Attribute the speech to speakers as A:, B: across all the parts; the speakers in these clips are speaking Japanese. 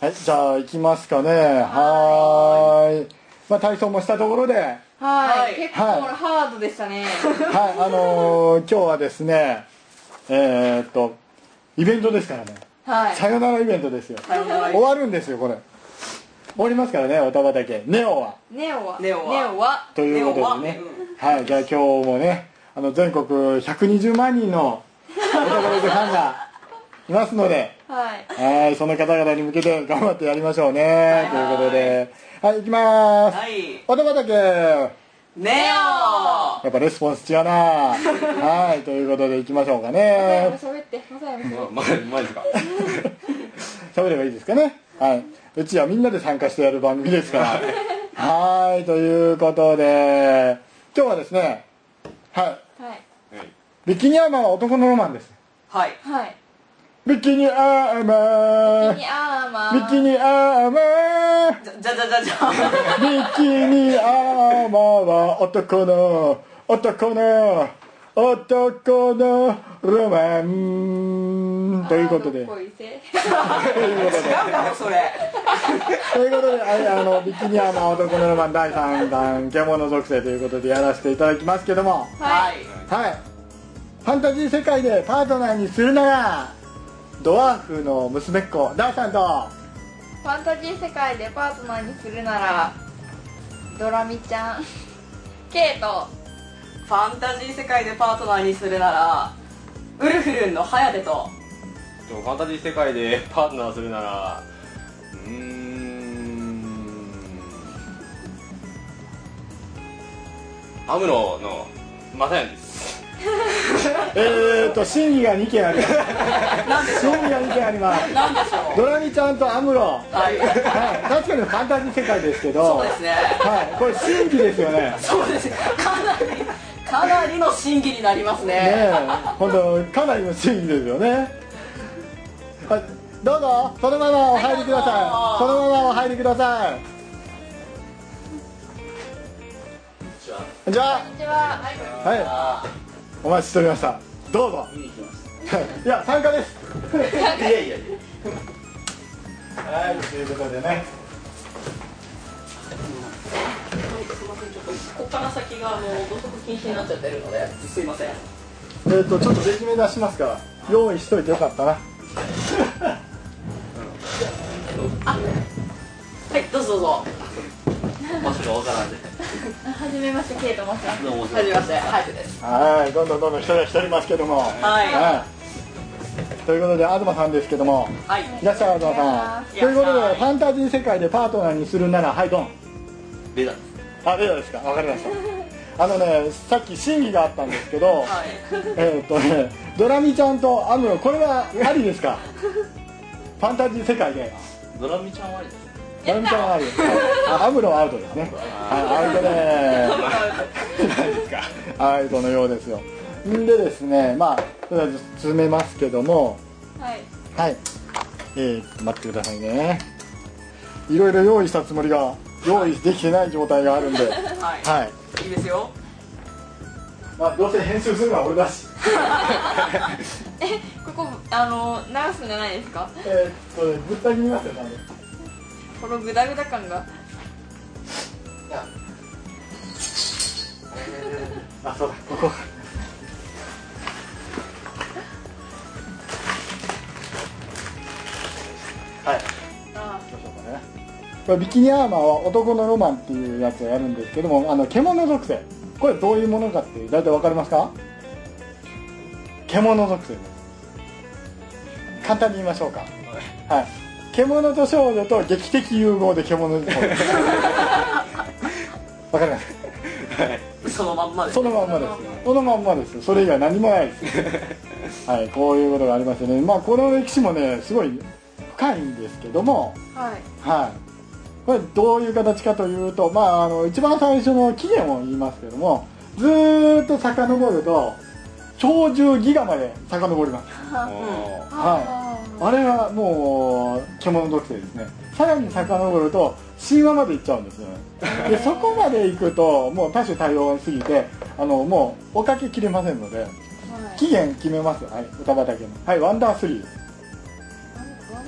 A: はい、じゃあ行きますかね。はーい。まあ体操もしたとこ ろで、はい、
B: はい、
C: はい
B: 結構
A: はい
B: ハードでしたね。
A: あのー今日はですね、えーっとイベントですからね。
B: はい。
A: さよならイベントですよ。
C: さよならイベ
A: 終
C: ン
A: わるんですよこれ。終わりますからね、おたばたけネオは
B: ネオは。
C: ネオは
A: ということで
C: ネ
A: ね
C: オは。
A: はい、じゃあ今日もね、あの全国120万人のおたばたけファンがいますので。
B: はい。
A: はい、その方々に向けて頑張ってやりましょうね、
C: い
A: ということで。はい、行きまーす。
C: はい
A: 音畑や
C: ネオ
A: っぱレスポンス違うな はい、ということで行きましょうか
B: マサヤも
A: ね。
B: 喋って、マサヤも喋っ
D: まあ、うまいですか
A: 喋ればいいですかね。はい。うちはみんなで参加してやる番組です から。はい、ということで、今日はですね、は
B: て。はい。
D: はい
A: い、ビキニアーマンは男のロマンです。
C: はい
B: はい。
A: ビキニアーマ
B: ビキニアーマー。
A: ー、ビキニアーマー、
C: じゃじゃじゃじゃじゃ
A: ビキニアーマーは男の男の男のロマンということで
B: ハードっぽいぜ
C: 違うだろそれ
A: ということではいあのビキニアーマー男のロマン第3弾獣属性ということでやらせていただきますけども
B: はい。
C: い
A: はいファンタジー世界でパートナーにするならドワーフの娘っ子ダーさんと
B: ファンタジー世界でパートナーにするなら。ドラミちゃん。ケイト。
C: ファンタジー世界でパートナーにするならウルフルンのハヤテと
D: でもファンタジー世界でパートナーするならうーんアムロのマサヤンです
A: えーと審議が2件あります
C: なんでし
A: 審
C: ょ
A: 議が2件あります
C: うなんでしょ
A: ドラミちゃんとアムロ
C: うはい
A: はい、確かにファンタジー世界ですけど、
C: そうですね
A: はい、これ真偽ですよね。ね
C: そうですねかなりかなりの審議になりますね
A: え、本当かなりの真偽ですよね。はい、どうぞ、そのままお入りくださ。
C: はいい
A: そ
C: どうぞ
A: のままお入りくださ
D: じゃ
A: い。じゃ
B: こんにちは。はい。
A: あ、はい、
C: あ
A: お待ちしておりました。どうぞ。
D: 見に行きます
A: はいいや、参加です。
D: いやいやいや
A: はい、ということでね。
C: ーはいすいませんちょっとここから先があの土足禁止になっちゃってるのですいません
A: えっ、と、ちょっとレジュメ出しますから、用意しといてよか ったな。
C: はいどうぞどうぞ
D: マスク大皿で
B: はじめまして、ケイと申します。
D: どうも
C: はじめましてハヤテです
A: はい、どんどんどんどん人が一人いますけども。
C: はい
A: はい。ということで、東さんですけども。
C: はい
A: いらっしゃい東さん
C: い
A: と
C: らっしゃい
A: いうことでファンタジー世界でパートナーにするならはいドン
D: ベタで
A: あレイダですかわかりま したあのねさっき審議があったんですけど
C: はい
A: えーっとねドラミちゃんとアムロこれはありです かファンタジー世界です
D: ドラミちゃんはありですね
A: ドラミちゃんはありあアムロはアウトですねはいアウトで
D: ないですか
A: すアウトのようですよんでですねまあとりあえず進めますけども
B: はい。
A: はい。えー、待ってくださいね。いろいろ用意したつもりが用意できてない状態があるんで、は
C: はい
A: い。
C: いいですよ
A: まあどうせ編集するのは俺だし。
B: え、ここ、あの、流すんじゃないですか。
A: えー、それぶった切りますよ多分。
B: このグダグダ感が。
A: あそうだここ。はい。
B: あ
A: どうしようかね。これビキニアーマーは男のロマンっていうやつをやるんですけどもあの獣属性これどういうものかって大体わかりますか獣属性です簡単に言いましょうかはい獣と少女と劇的融合で獣にわかります
C: そのまんまです
A: そのまんまですそのまんまですそれ以外何もないですはいこういうことがありましてねまあこの歴史もねすごい深いんですけども
B: あ。はい。
A: はい、これどういう形かというと、まあ、あの一番最初の起源を言いますけどもずーっと遡ると鳥獣ギガまで遡ります
D: おー
A: あれはもう獣属性ですねさらに遡ると神話まで行っちゃうんですよねでそこまで行くともう多種多様すぎてあのもうおかけきれませんので
B: い。はい。
A: 期限決めますはい歌畑のはいワンダースリー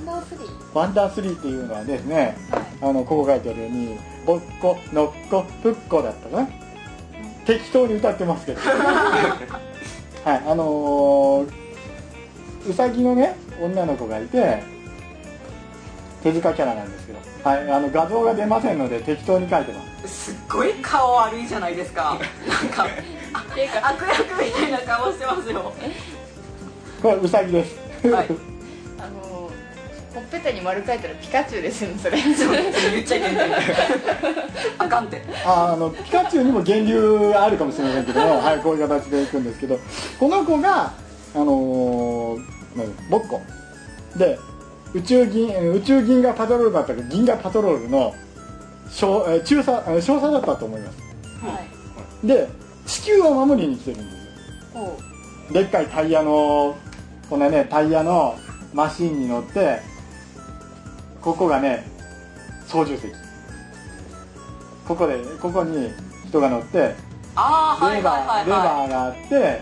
B: ワンンダースリー
A: ワンダースリーっていうのはですね
B: はい
A: あのここ書いてあるように「ぼっこのっこふっこ」だったかな適当に歌ってますけ どはいあのーうさぎのね女の子がいて手塚キャラなんですけど、はい、あの画像が出ませんので適当に書いてます
E: すっごい顔悪いじゃないですかなんか
C: っていうか
E: 悪役みたいな顔してますよ
A: これうさぎです、
E: はい
B: あのほっぺたに丸書いたらピカチュウですよねそれ
E: 言っちゃいけないあかんって
A: ああのピカチュウにも源流あるかもしれませんけども、はい、こういう形でいくんですけどこの子が、あのー、何ボッコで宇宙銀宇宙銀河パトロールだったけど銀河パトロールの少えー中佐えー少佐だったと思います
B: はい
A: で地球を守りに来てるんですよ
B: こ
A: でっかいタイヤのこのねタイヤのマシンに乗ってここがね操縦席ここでここに人が乗って
E: ああはい
A: レ
E: はい
A: バー
E: はい
A: レ
E: は
A: バーがあって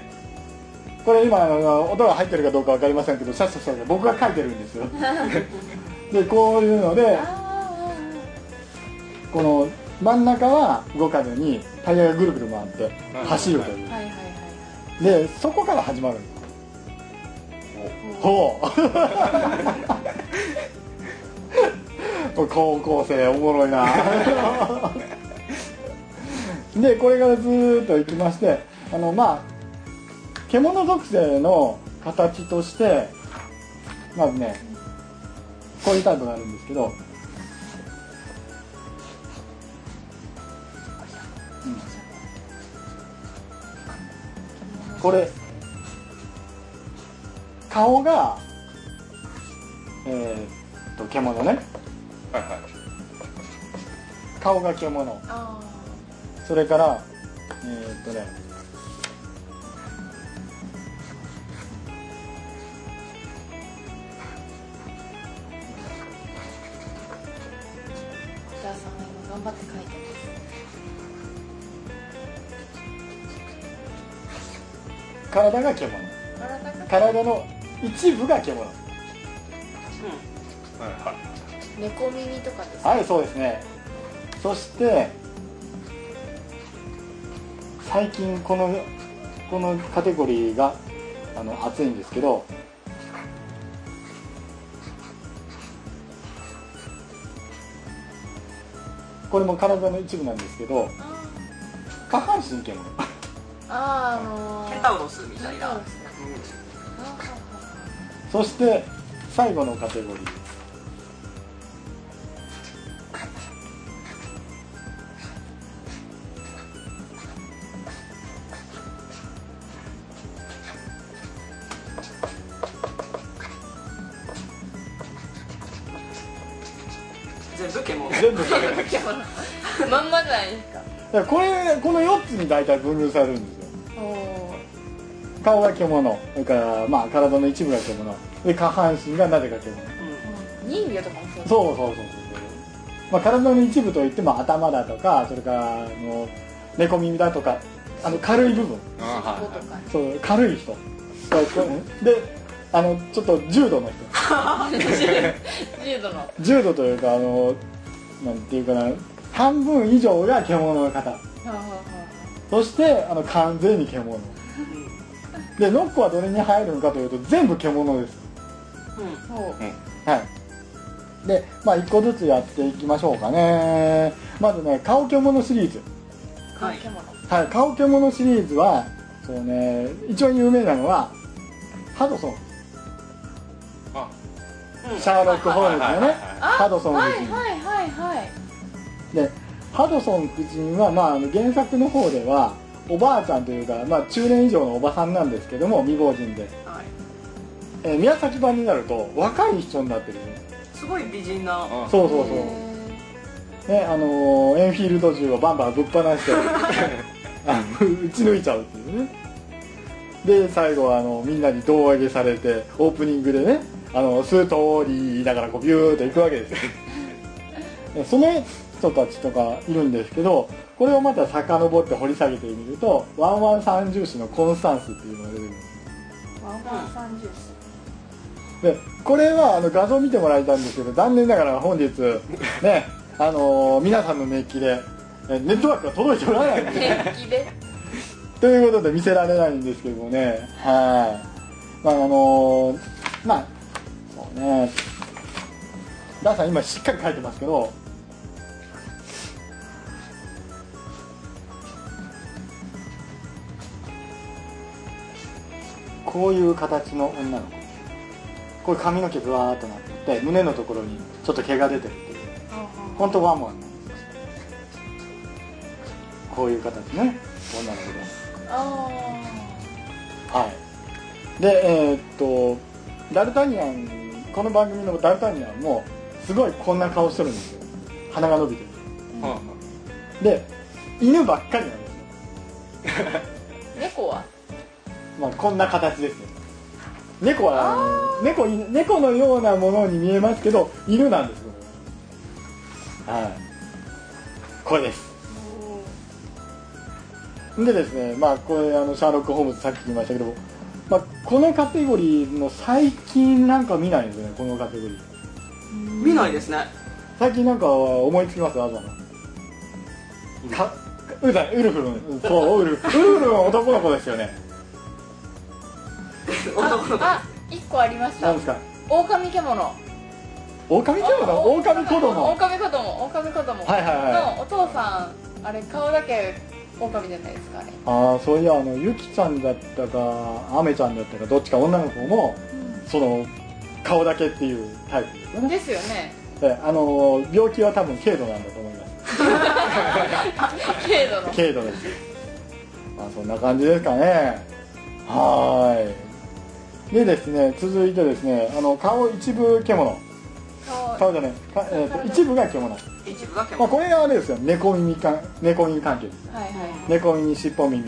A: これ今あの音が入ってるかどうか分かりませんけどシャッシャッシャッシャ僕が書いてるん ですよでこういうので
B: うあ
A: この真ん中は動かずにタイヤがぐるぐる回って走るという
B: あはいはいはい
A: でそこから始まるんですほうもう 高校生おもろいな でこれからずーっと行きましてあのまあ獣属性の形としてまずねこういうタイプがあるんですけど、うんこれ顔がえーっと獣ね
D: はいはい
A: 顔が獣
B: あ
A: それからえーっとね
B: ーじゃあさんが今頑張って書いて
A: 体が獣
B: ます体が
A: 体の一部が獣
D: はいはい
B: 猫耳とかです
A: はいそうですねそして最近このこのカテゴリーがあの熱いんですけどこれも体の一部なんですけど
B: あ
A: 下半身獣
B: ーあーあの
E: い
B: ー
E: ケンタウロスみた
B: ケ
E: いな
B: ンタウロスあ
A: そして最後のカテゴリー
E: 全部獣
A: 全部
B: ーはいはいまんまじゃないですか
A: これこの4つに大体分類されるんですよ
B: おお
A: 顔が獣それから、まあ、体の一部が獣で下半身がなぜか獣
B: 人魚とかもそ
A: そ
B: うう
A: うそうそうそうまあ、体の一部といっても頭だとかそれからあの猫耳だとかあの軽い部分
D: あはい
B: と
D: はい
B: か
A: そう軽い人であのちょっと重度の人
B: 重度の
A: 重度というかあのなんていうかな半分以上が獣の方そしてあの完全に獣でノックはどれに入るのかというと全部獣です
B: ほ
A: はい。で、まあ、一個ずつやっていきましょうかね。まずね、顔獣シリーズ。
B: う
E: はい
B: 獣
A: はい、顔獣シリーズは、そうね、一番有名なのは、ハドソン。
D: あ
A: シャーロック・ホームズ
D: は
A: の
D: いはい
A: ね
D: は、い
A: ハドソン夫
B: はい
A: 人。
B: はいはいはい
A: で、ハドソン夫人は、まあ、あの原作の方では、おばあちゃんというか、まあ、中年以上のおばさんなんですけども、未亡人で。
E: はい
A: えー宮崎版になると、若い人になってるよね。
E: すごい美人な
D: あ
A: そうそうそう。
B: へ
A: ね、あのーエンフィールド銃をバンバンぶっ放してあの打ち抜いちゃうっていうねで最後はあのみんなに胴上げされてオープニングでねあのスートーリー言いながらこうビューッといくわけですよで その人たちとかいるんですけどこれをまた遡って掘り下げてみるとワンワン三重視のコンスタンスっていうのが出てくるんです
B: ーワンワン三重視
A: でこれはあの画像見てもらいたいんですけど残念ながら本日ねあのー皆さんの熱気でえネットワークが届いておらないんで
B: 天気で
A: ということで見せられないんですけどもねはいまああのーまあそうねダンさん今しっかり書いてますけどこういう形の女の子こういう髪の毛ぶわーっとなっていて胸のところにちょっと毛が出てるっていう本当ワンワンなんですこういう形ね女の子です
B: あ
A: はい、でえーっとダルタニアンこの番組のダルタニアンもすごいこんな顔してるんですよ鼻が伸びて
D: は
A: るで犬ばっかりなんですよ、
B: ー猫は
A: まあ、こんな形ですよ猫は猫い猫のようなものに見えますけど犬なんですよはいこれですでですね、まあ、これあのシャーロック・ホームズさっき言いましたけど、まあ、このカテゴリーの最近なんか見ないですねこのカテゴリー
E: 見ないですね
A: 最近なんか思いつきますあざかうざいウルフルンうんそうウルフウルフルンは男の子ですよね
E: 男の子
B: あ一個ありまし
A: な
B: た
A: んですか
B: 狼獣
A: 狼獣の狼子供はい
B: 狼子供狼子供
A: はいはい
B: のお父さんあれ顔だけ狼じゃないですかね
A: ああそういやあのゆきちゃんだったかアメちゃんだったかどっちか女の子もその顔だけっていうタイプですよね
B: ですよね
A: えあの病気は多分軽度なんだと思います
B: 軽度の
A: 軽度ですまあそんな感じですかねはーいでですね続いてですねあの顔一部獣
B: 顔
A: 顔じゃないか、えーと一部が獣、ま
E: 一部だけ
A: あ、これがあれですよ猫耳か猫耳関係です
B: はいはい
A: 猫耳尻尾耳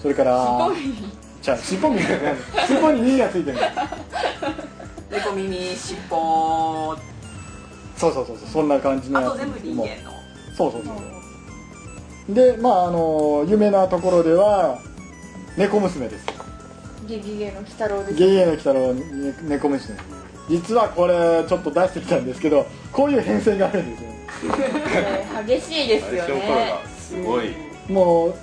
A: それから
B: 尻尾に
A: じゃあ尻尾耳じゃない尻尾に耳がついてる
E: 猫耳尻尾
A: そうそうそうそうそんな感じの
E: あ
A: やつ
E: と全部人
A: もう
E: 間の
A: そうそうそうそうでまああの有名なところでは猫娘です
B: ゲゲゲの鬼太郎です
A: ゲイエの鬼太郎ね猫娘実はこれちょっと出してきたんですけどこういう編成があるんですよ
B: ね激しいで
D: 最
B: す
D: 初
B: よ
D: の頃
B: ね
D: がすごい
A: もう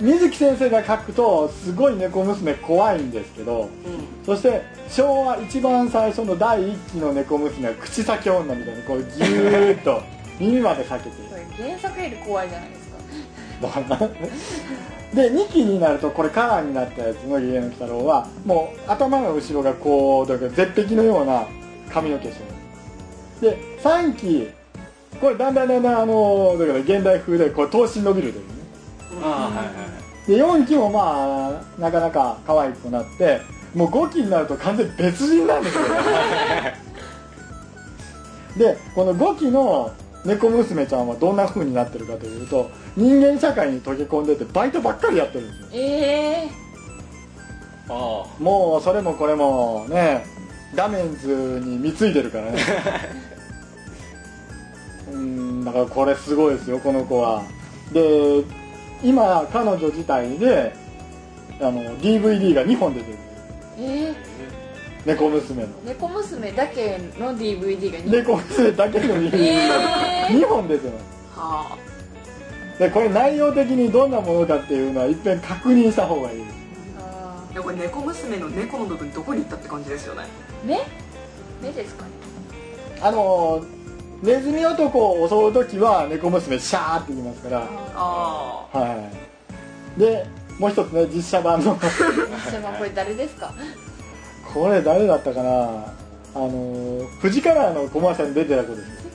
A: 水木先生が描くとすごい猫娘怖いんですけど
E: うん
A: そして昭和一番最初の第1期の猫娘は口先女みたいにこうギューッと耳まで裂けてい
B: そ
A: る
B: れ原作より怖いじゃないですか
A: で2期になるとこれカラーになったやつの「ゲイエの鬼太郎」はもう頭の後ろがこうだから絶壁のような髪の毛してるで3期これだんだんだんだんあのだから現代風でこれ頭身伸びるというね
D: ああはいはい
A: で4期もまあなかなか可愛くなってもう5期になると完全に別人なんですよでこの5期の猫娘ちゃんはどんな風になってるかというと人間社会に溶け込んでてバイトばっかりやってるんですよ
B: ええ
D: ああ
A: もうそれもこれもねダメンズに貢いでるから ねうーんだからこれすごいですよこの子はで今彼女自体であの DVD が2本出てる
B: ええ
A: 猫娘の
B: 猫娘だけの DVD が2
A: 猫娘だけの DVD が
B: えー
A: 2本出てま
E: は
A: すでこれ内容的にどんなものかっていうのは一遍確認した方がいい
B: あ
E: あいやこれ猫娘の猫の部分どこに行ったって感じですよね
B: ー目目ですかね
A: あのネズミ男を襲う時は猫娘シャーって言いますから
B: あ
E: あ
A: はい。で、もう一つね、実写版の、
B: あでもこれ誰ですか
A: これ誰だったかな、あのー、フジカラーのコマーシャルに出てた子です。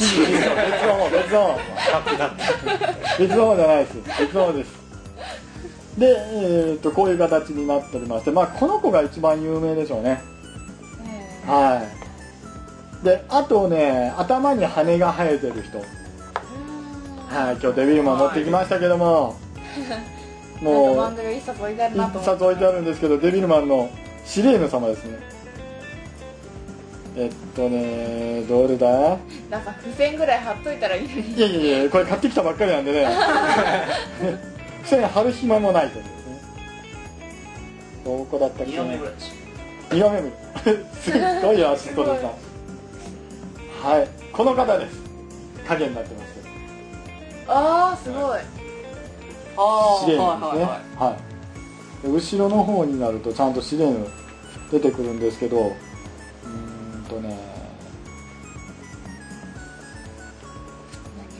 B: 世界なのかなキキキリンじゃなくて
A: 別の方、別の方。別の方じゃないです。別の方です。で、えー、とこういう形になっておりまして、まあ、この子が一番有名でしょうね。
B: ええ
A: はい。で、あとね、頭に羽が生えてる人。はい、今日デビューマン持ってきましたけども、
B: も
A: も
B: う
A: う。
B: 漫画が一冊置いてあるなと
A: 一
B: 思
A: 冊置いてあ
B: る
A: るんですけどデビルマンのシレーヌ様ですねえっとねどれだ
B: なんか付箋ぐらい貼っといたらいいのに
A: いやいやいやこれ買ってきたばっかりなん でね付箋貼る暇もないというねどこだったっけ
E: 2話目ぐらいでし
A: 2話目ぐらい すごいアシストでしたはいこの方です影になってますけど
B: ああすごい
E: ょあ
A: シ
E: あ
A: レーヌですね
E: はい
A: は
E: はいはい
A: いで後ろの方になるとちゃんとシレーヌ出てくるんですけどうーんとね
B: 何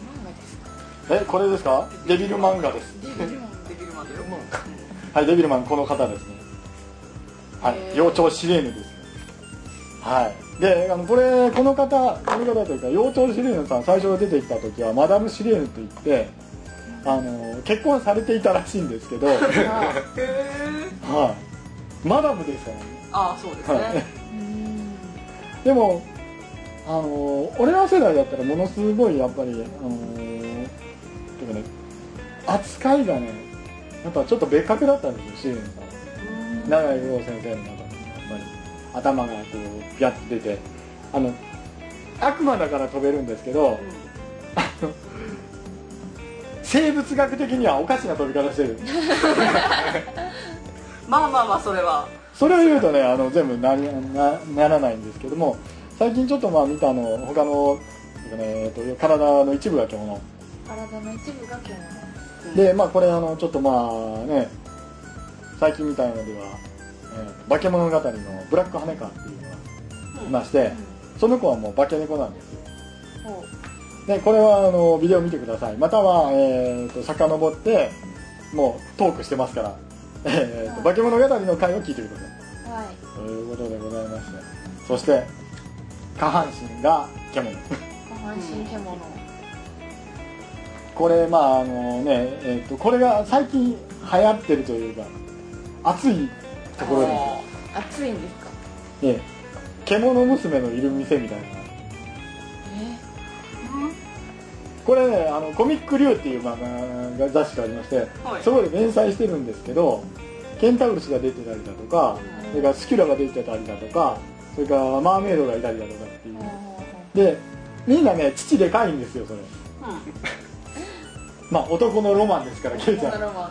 B: 漫画ですか
A: えこれですかデビル漫画です
E: できるまでよ
A: はいデビルマンこの方ですねは
B: へ
A: い
B: ー
A: 幼鳥シレーヌですはいであのこれこの方この方というか幼鳥シレーヌさん最初出てきた時はマダムシレーヌといってあの結婚されていたらしいんです けど、
E: へえ
A: はい、マダムですからね
E: ああそうですね、
A: はい
B: うん
A: でもあのー俺ら世代だったらものすごいやっぱりあのーていうかね扱いがねやっぱちょっと別格だったんですよシーンさん長井剛先生の中でやっぱり頭がこうピャッて出てあの悪魔だから飛べるんですけど生物学的にはおかしな飛び方してる
E: まあまあまあそれは
A: それを言うとねあの全部なりなならないんですけども最近ちょっとまあ見たあの他の、えっとねえっと、体の一部が獣
B: 体の一部が獣
A: でまあこれあのちょっとまあね最近みたいのでは、えー化け物語のブラックハネカーっていうのがいまして、その子はもう化け猫なんですよ
B: ほ
A: でこれはあのビデオ見てくださいまたはえっ、と遡ってもうトークしてますから、えーと化け物語の回を聞いてくださいう
B: はい
A: ということでございましてそして下半身が獣
B: 下半身獣
A: これまああのねえっ、とこれが最近流行ってるというか熱いところです
E: あ
B: 暑いんですか
A: ええ、獣娘のいる店みたいな
B: え
A: これねあのコミックリュウっていう漫画が雑誌がありまして
E: ーはい
A: そこで連載してるんですけどケンタウルスが出てたりだとかそれからスキュラが出てたりだとかそれからマーメイドがいたりだとかっていうでみんなね父でかいんですよそれまあ男のロマンですからケイちゃ
B: こ
A: ん
B: のロマ
E: う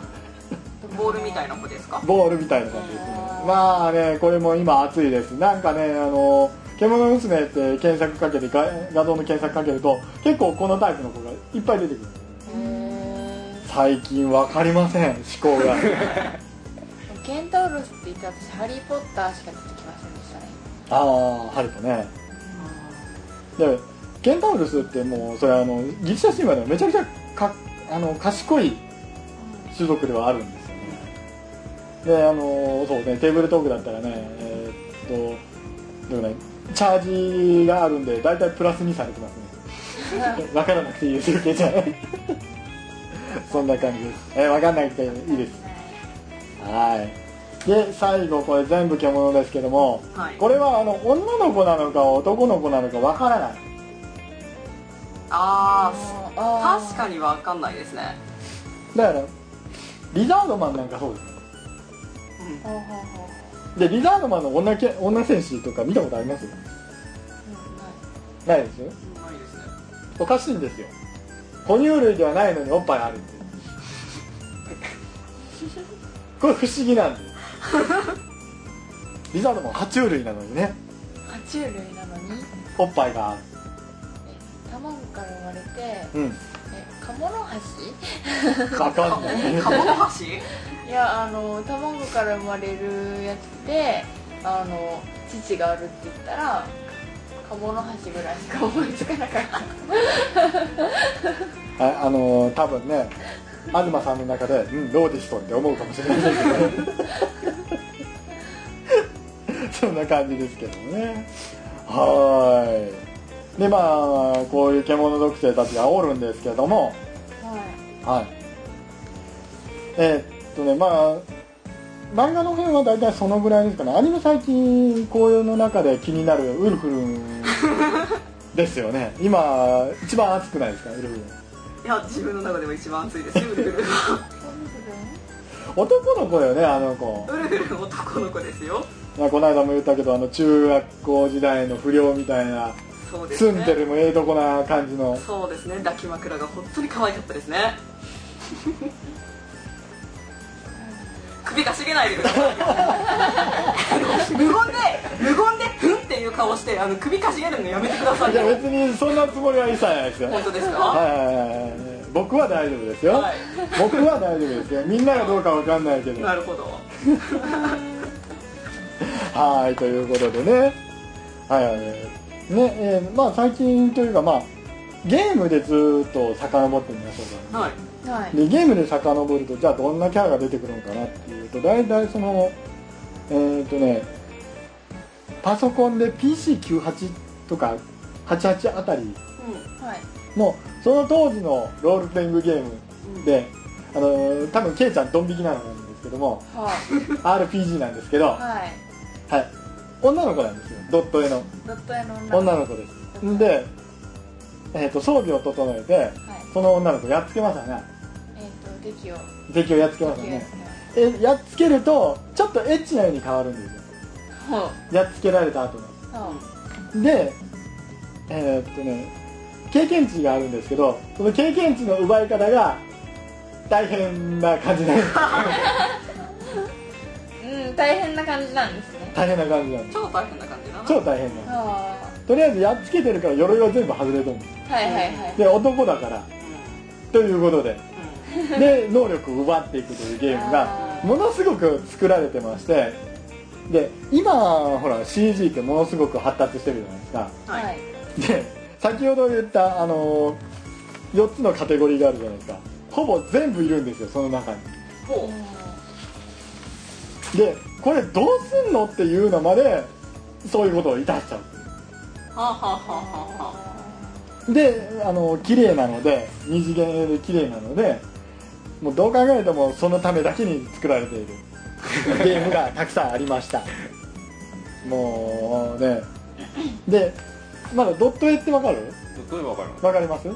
E: んボールみたいな子ですか
A: ボールみたいな感じですねまあねこれも今熱いですなんかねあの獣娘って検索かけて画画像の検索かけると結構このタイプの子がいっぱい出てくる
B: ンへ
A: 最近わかりません思考が
B: ーケンタウロスって言って私ハリー・ポッターしか出てきませんでしたね
A: ああハルトねでケンタウルスってもうそれあのギリシャ神話でもめちゃくちゃかあの賢い種族ではあるんですよねであのそうねテーブルトークだったらねえーっとでもねチャージがあるんで大体プラスにされてますね分からなくていいですよケイちゃんそんな感じです、え分かんなくていいですはいで最後これ全部獣ですけども
E: はい
A: これはあの女の子なのか男の子なのかわからない
E: ああ
B: あ
E: 確かにわかんないですね
A: だからリザードマンなんかそうです
E: うん
B: ほうほうほう
A: でリザードマンの女け女戦士とか見たことあります
B: うんな
A: な
B: い
A: いですよ
E: ないですね
A: おかしいんですよ哺乳類ではないのにおっぱいあるっていう これ不思議なんですよリザードマン爬虫類なのにね
B: 爬虫類なのに
A: おっぱいがある
B: え卵から生まれて
A: うん
B: えカモノハシ
A: わかんない
E: カモノハシ
B: いやあの卵から生まれるやつであの父があるって言ったらカモノハシぐらいしか思いつかなかった
A: ああのー多分ね東さんの中で、うん、ローディストンって思うかもしれない ですけどねそんな感じですけどねはーいでまあこういう獣属性たちがおるんですけども
B: はい
A: はいえーっとねまあ漫画の辺は大体そのぐらいですかねアニメ最近紅葉の中で気になるウルフルンですよね今一番熱くないですかウルフルン
E: いや自分の中でも一番熱いですウルフルン
A: 男の子よねあの子
E: ウルフルン男の子ですよ
A: まあこの間も言ったけどあの中学校時代の不良みたいな
E: そうです
A: 住
E: ね
A: んでるもええとこな感じの
E: そうですね抱き枕が本当に可愛かったですね首かしげないでくださいあの無言で無言でふんっていう顔してあの首かしげるのやめてください
A: いや
E: よ
A: 別にそんなつもりは一切ないですよ
E: 本当ですか、
A: はいはいはいはい僕は大丈夫ですよ、
E: はい
A: 僕は大丈夫ですよみんながどうかわかんないけど
E: なるほど
A: はいということでねはいはいはいねえーまあ最近というかまあゲームでずっと遡ってみましょうか、
E: はい
B: はい
A: でゲームで遡るとじゃあどんなキャラが出てくるのかなっていうと大体そのえっ、とねパソコンで PC98 とか88あたり
B: はい
A: のその当時のロールプレイングゲームで、あのー多分ケイちゃんドン引きなのなんですけども
B: は
A: RPG なんですけど、
B: いはい
A: はい、女の子なんですよドット絵の
B: ドット絵の女
A: 女
B: は
A: の子ですんで、えー、と装備を整えて
B: い
A: その女の子やっつけましたね
B: えっと敵を
A: 敵をやっつけました
B: 敵をや
A: ね
B: ってます
A: えやっつけるとちょっとエッチなように変わるんですよ
B: ほ
A: やっつけられた後の
B: うそう
A: でえーっとね経験値があるんですけどその経験値の奪い方が大変な感じで
B: うん大変な感じなんですね
A: 大変な感じなんです
E: 超大変な感じだな
A: 超大変なんで
B: は
A: すとりあえずやっつけてるから鎧は全部外れとんで
B: あはいはいはい
A: すで男だから
E: うん
A: ということで
E: う
A: で能力を奪っていくというゲームが
B: あ
A: ものすごく作られてましてで今ほら CG ってものすごく発達してるじゃないですか
B: ー
E: んはい、
B: はい
A: で先ほど言ったあのー、4つのカテゴリーがあるじゃないですかほぼ全部いるんですよその中に
E: ほう
A: でこれどうすんのっていうのまでそういうことをいたしちゃ
E: はあはあはあはあは
A: うであのー綺麗なので二次元で綺麗なのでもうどう考えてもそのためだけに作られているゲームがたくさんありましたもうねでまだドット絵ってわかる
D: どういうわかる
A: わかります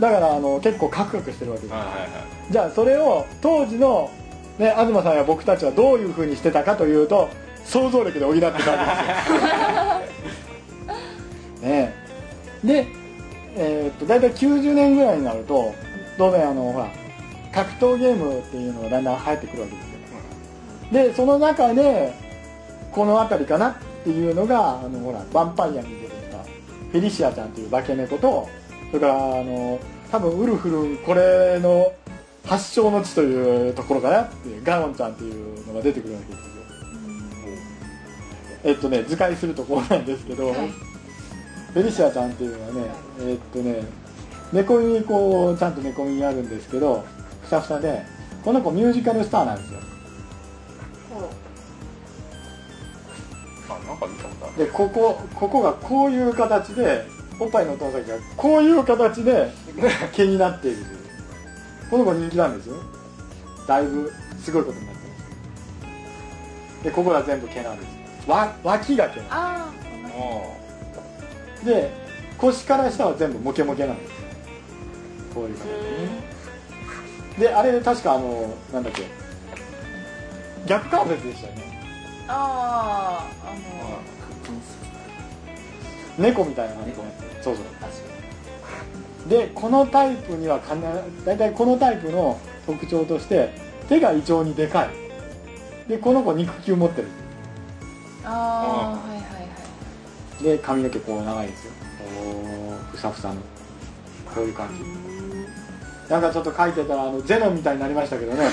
A: だからあの結構カクカクしてるわけです
D: のはいはいはい
A: じゃあそれを当時の、ね、東さんや僕たちはどういうふうにしてたかというと想像力で補ってたんですよねえで、えーっと大体90年ぐらいになると当然あのほら格闘ゲームっていうのがだんだん入ってくるわけですよ、でその中でこの辺りかなっていうのがあのほらヴァンパイアに出てきたフェリシアちゃんという化け猫とそれからあの多分ウルフルンこれの発祥の地というところかなっていうガロンちゃんっていうのが出てくるわけですよえっとね図解するところなんですけど、
B: はい
A: ベリシアちゃんっていうのはねえっとね猫耳にこうちゃんと猫耳があるんですけどふさふさでこの子ミュージカルスターなんですよ
B: ほ
D: あなんか見たことある
A: でここここがこういう形でおっぱいの頭先がこういう形で毛になっているというこの子人気なんですよだいぶすごいことになってますでここが全部毛なんですわ脇が毛なんで
B: あー
D: あ
B: こ
D: あ
A: すで腰から下は全部モケモケなんですこういう形であれ確かあのなんだっけ逆関節でしたよね
B: のあーあの
A: 猫みたいな猫そうそう
B: 確か
A: でこのタイプには必ず大体このタイプの特徴として手が異常にでかいでこの子肉球持ってる
B: にあーはいはいはい
A: で髪の毛こう長いですよおーふさふさのこういう感じなんかちょっと書いてたらあのゼノンみたいになりましたけどね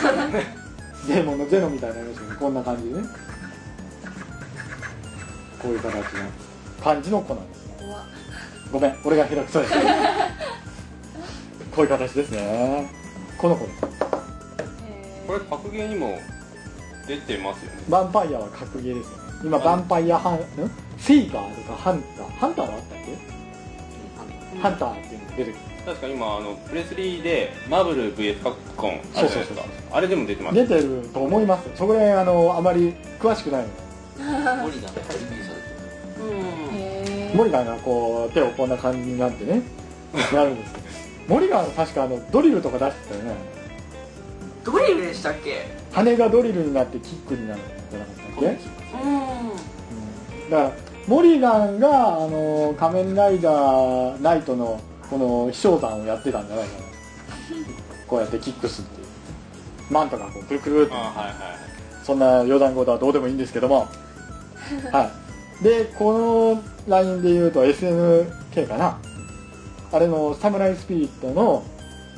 A: デーモンのゼノンみたいになりましたけどこんな感じでねこういう形の感じの子なんです
B: 怖っ
A: ごめん俺が開くそう ですこういう形ですねこの子です
B: へー
D: これ格ゲーにも出てますよね
A: ヴァンパイアは格ゲーですよね今ヴァンパイアハンんセイバーとかハンターハンターはあったっけ、ハンターっていうのが出てくる
D: 確か今あのプレスリーでマブル VS カプコンあるじゃないです
A: そうそう
D: かあれでも出てます
A: 出てると思いますそこら辺あのあまり詳しくないの
F: ゴリラがイメージされてる
E: うん
B: へー
A: モリガンがこう手をこんな感じになってねやるんですけどモリガンは確かあのドリルとか出してたよね
E: ドリルでしたっけ
A: 羽がドリルになってキックになるんじゃなかったっけ、
E: う
A: うんだからモリガンがあの仮面ライダーナイトのこの飛翔山をやってたんじゃないかなこうやってキックするっていうマントがこうくるくるって
D: あはいはい
A: そんな余談事はどうでもいいんですけど もはいでこの LINE で言うと SNK かなあれのサムライスピリットの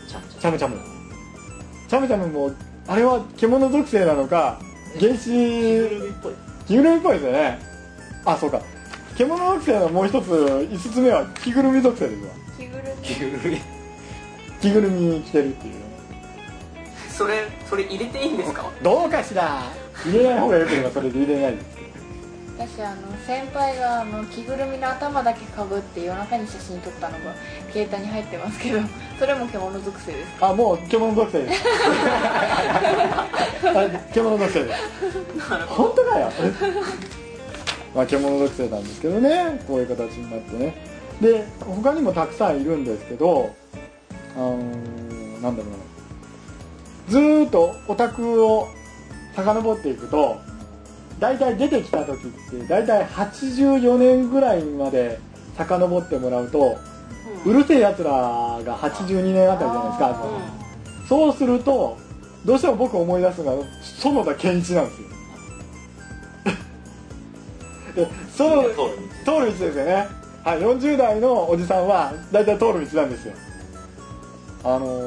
F: ちゃんち
A: チャムチャムチャムチャムもあれは獣属性なのか原
F: ゃ
A: 始
F: ん。っぽい。
A: 着ぐるみっぽいですよねあそうか獣属性のもう一つ5つ目は着ぐるみ属性ですわ
B: 着ぐるみ
D: 着ぐるみ
A: 着ぐるみ着てるっていう
E: それそれ入れていいんですか
A: どうかしら入れない方がよければそれで入れないです
B: 私あの先輩があの着ぐるみの頭だけかぶって夜中に写真撮ったのが携帯に入ってますけどそれも獣属性です
A: あもう獣属性です あ獣属性です
E: なるほ
A: 本当かよまあ獣属性なんですけどねこういう形になってねで他にもたくさんいるんですけどあのーなんだろうなずーっとオタクを遡っていくと大体出てきた時って大体84年ぐらいまで遡ってもらうと「うるせえやつら」が82年あたりじゃないですか
B: あー
E: うん
A: そうするとどうしても僕思い出すのが園田健一なん ですよで園
D: 通る
A: 通る道ですよねはい40代のおじさんは大体通る道なんですよあの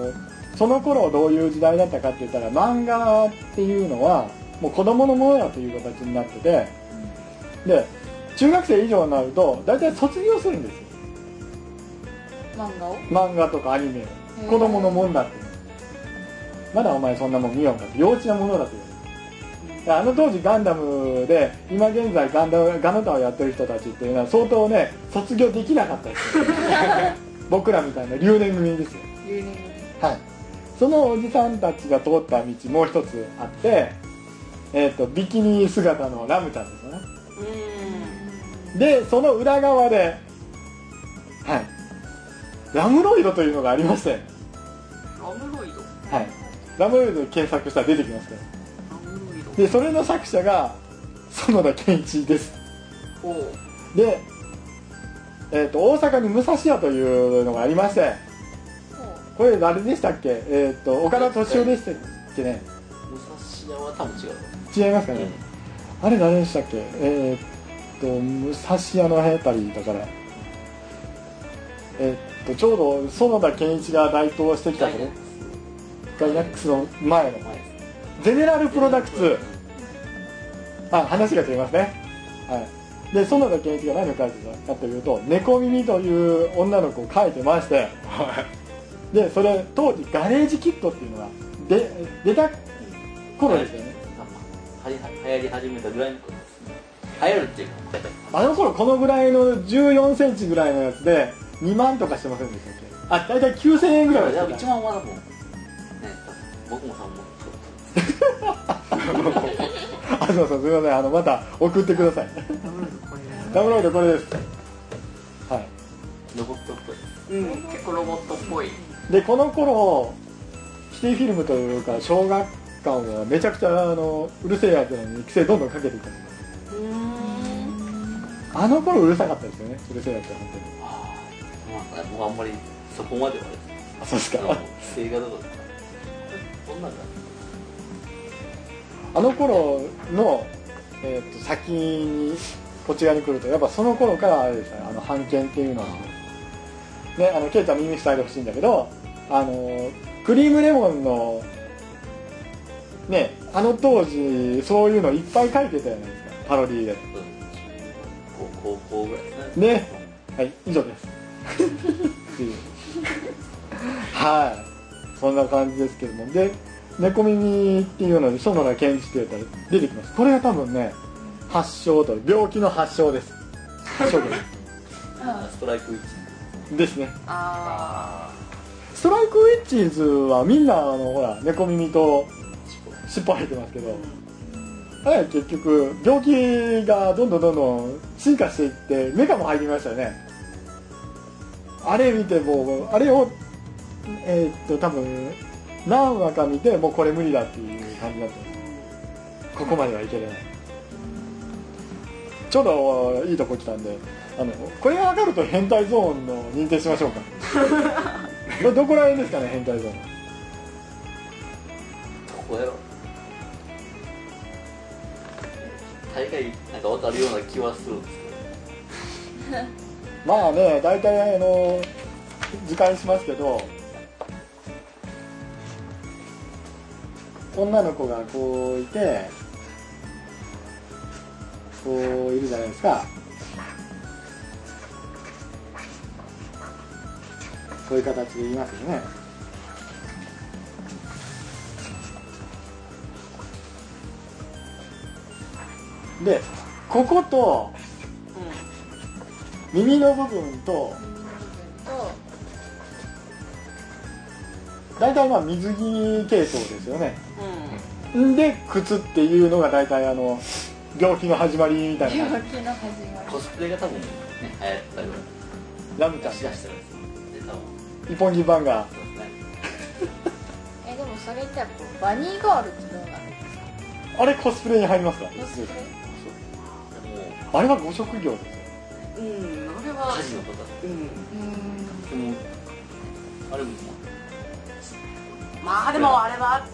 A: その頃どういう時代だったかって言ったら漫画っていうのはもう子供のものだという形になっててで中学生以上になると大体卒業するんですよ
B: 漫画を
A: 漫画とかアニメ
B: ー
A: 子供のもんだってまだお前そんなもん見よんかって幼稚なものだって言われてあの当時ガンダムで今現在ガンダムガノタをやってる人たちっていうのは相当ね卒業できなかったです よ僕らみたいな留年組ですよ
B: 留年
A: はいそのおじさんたちが通った道もう一つあってえっ、とビキニ姿のラムちゃんですよねでその裏側ではいラムロイドというのがありまして
E: ラムロイド
A: はい、ラムロイドで検索したら出てきますから
E: ラムロイド
A: でそれの作者が園田健一です
E: おう
A: で、えー、と大阪に武蔵屋というのがありましてこれ誰でしたっけえっ、と岡田敏夫でしたっけね
F: 武蔵屋は多分違う。
A: 違いますかね、あれ誰でしたっけえー、と武蔵屋の辺あたりだからえっ、とちょうど園田健一が台頭してきた
F: 大
A: と
F: 変で
A: ガイナックスの前の
F: す。はい。
A: ゼネラルプロダクツあ話が違いますね、はい、で園田健一が何を書いてたかというと「猫耳」という女の子を書いてましてでそれ当時ガレージキットっていうのがで出た頃ですよね
F: はや流行り始めたぐらいの頃ですね。流行るっていうか、やっぱり
A: あの頃このぐらいの1 4センチぐらいのやつで2万とかしてませんでしたっけあ大体9000円ぐらい
F: いや
A: でし
F: 一
A: た
F: 番はだもん。ね、多分僕もさんも。
A: あそうそうすみませんあのまた送ってください
E: ラムロイドこれ
A: ダブ
E: ね
A: ロイドこれですはい
F: ロボットっぽいです。
E: うん結構ロボットっぽい
A: でこの頃シティフィルムというか小学館はめちゃくちゃあのうるせえやつらに育成どんどんかけていったんですよあの頃うるさかったですよねうるせえやつら本当に
F: ああ、なんか僕あんまりそこまではですね。
A: あそうです
F: あ の
A: か
F: 規制がどうだったか。こんなんだ。
A: あの頃の、えー、と先にこっち側に来るとやっぱその頃からあれですねあの版権っていうのはねあのケイちゃん耳塞いでほしいんだけどあのクリームレモンのねあの当時そういうのいっぱい書いてたじゃないですかパロディーで
F: うん高校ぐらいですね。
A: ねはい、以上です。っていうはい、そんな感じですけども、で、猫耳っていうのに園田健一って言ったら出てきます。これが多分ね、発症と、病気の発症です。発症
F: ストライク一。
A: 源ですね。
E: あ
A: ストライクウィッチーズはみんな、あの、ほら、猫耳と尻尾生えてますけど、あれは結局、病気がどんどんどんどん進化していって、メカも入りましたよね。あれ見てもう、あれを、えーっと、多分、何話か見て、もうこれ無理だっていう感じだったんです。ここまではいけれない。ちょうどいいとこ来たんで、あの、これがわかると変態ゾーンの認定しましょうか。 どどこら辺ですかね、変態ゾーン。
F: ここやろ。大会なんか分かるような気はするんです
A: まあね大体あの時間しますけど女の子がこういてこういるじゃないですかこういう形でいますよねでここと耳の部分と
B: と
A: 大体まあ水着系統ですよね
E: うん
A: んで靴っていうのが大体あの病気の始まりみたいな
B: 病気の始ま
F: けどコスプレが多分ね流行ったぐらい
A: ラムちゃん
F: 昔出してるんですよで多分
A: 一本木版が
F: そうですね
B: りえでもそれってこうバニーガールってどうなの
A: あれコスプレに入りますか
B: コスプレ
F: もう
A: あれはご職業ですよ
E: うん俺は
F: 火事のことだ
E: うん
B: うーん
F: でもあれも
E: まあでもあれは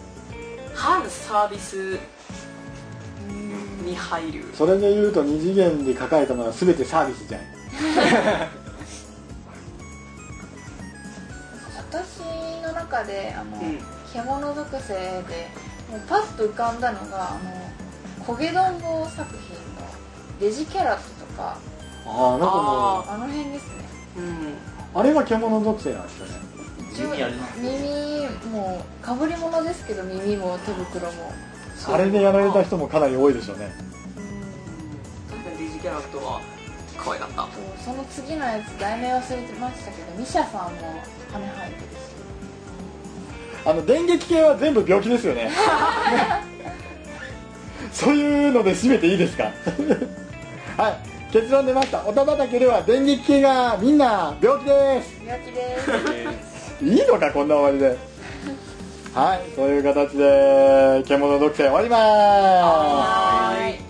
E: 反サービスに入る
A: それで言うと二次元で抱えたのは全てサービスじゃん
B: 私の中であの、
E: うん
B: 獣属性でもうパッと浮かんだのがあの焦げどんぼ作品のデジキャラットとか
A: ああなんかもう
E: あ
B: あの辺ですね
E: うん
A: あれは獣属性なんですよね
F: 地味にやるな
B: 耳もかぶり物ですけど耳も手袋も
A: あれでやられた人もかなり多いでしょうね
E: 確かにデジキャラクターは可愛かった
B: とその次のやつ題名忘れてましたけどミシャさんも羽生えてるし
A: あの電撃系は全部病気ですよねそういうので締めていいですか はい結論出ましたおたばたけでは電撃系がみんな病気です
B: 病気で す
A: いいのかこんな終わりではいそういう形で獣属性終わりまーす
E: はーい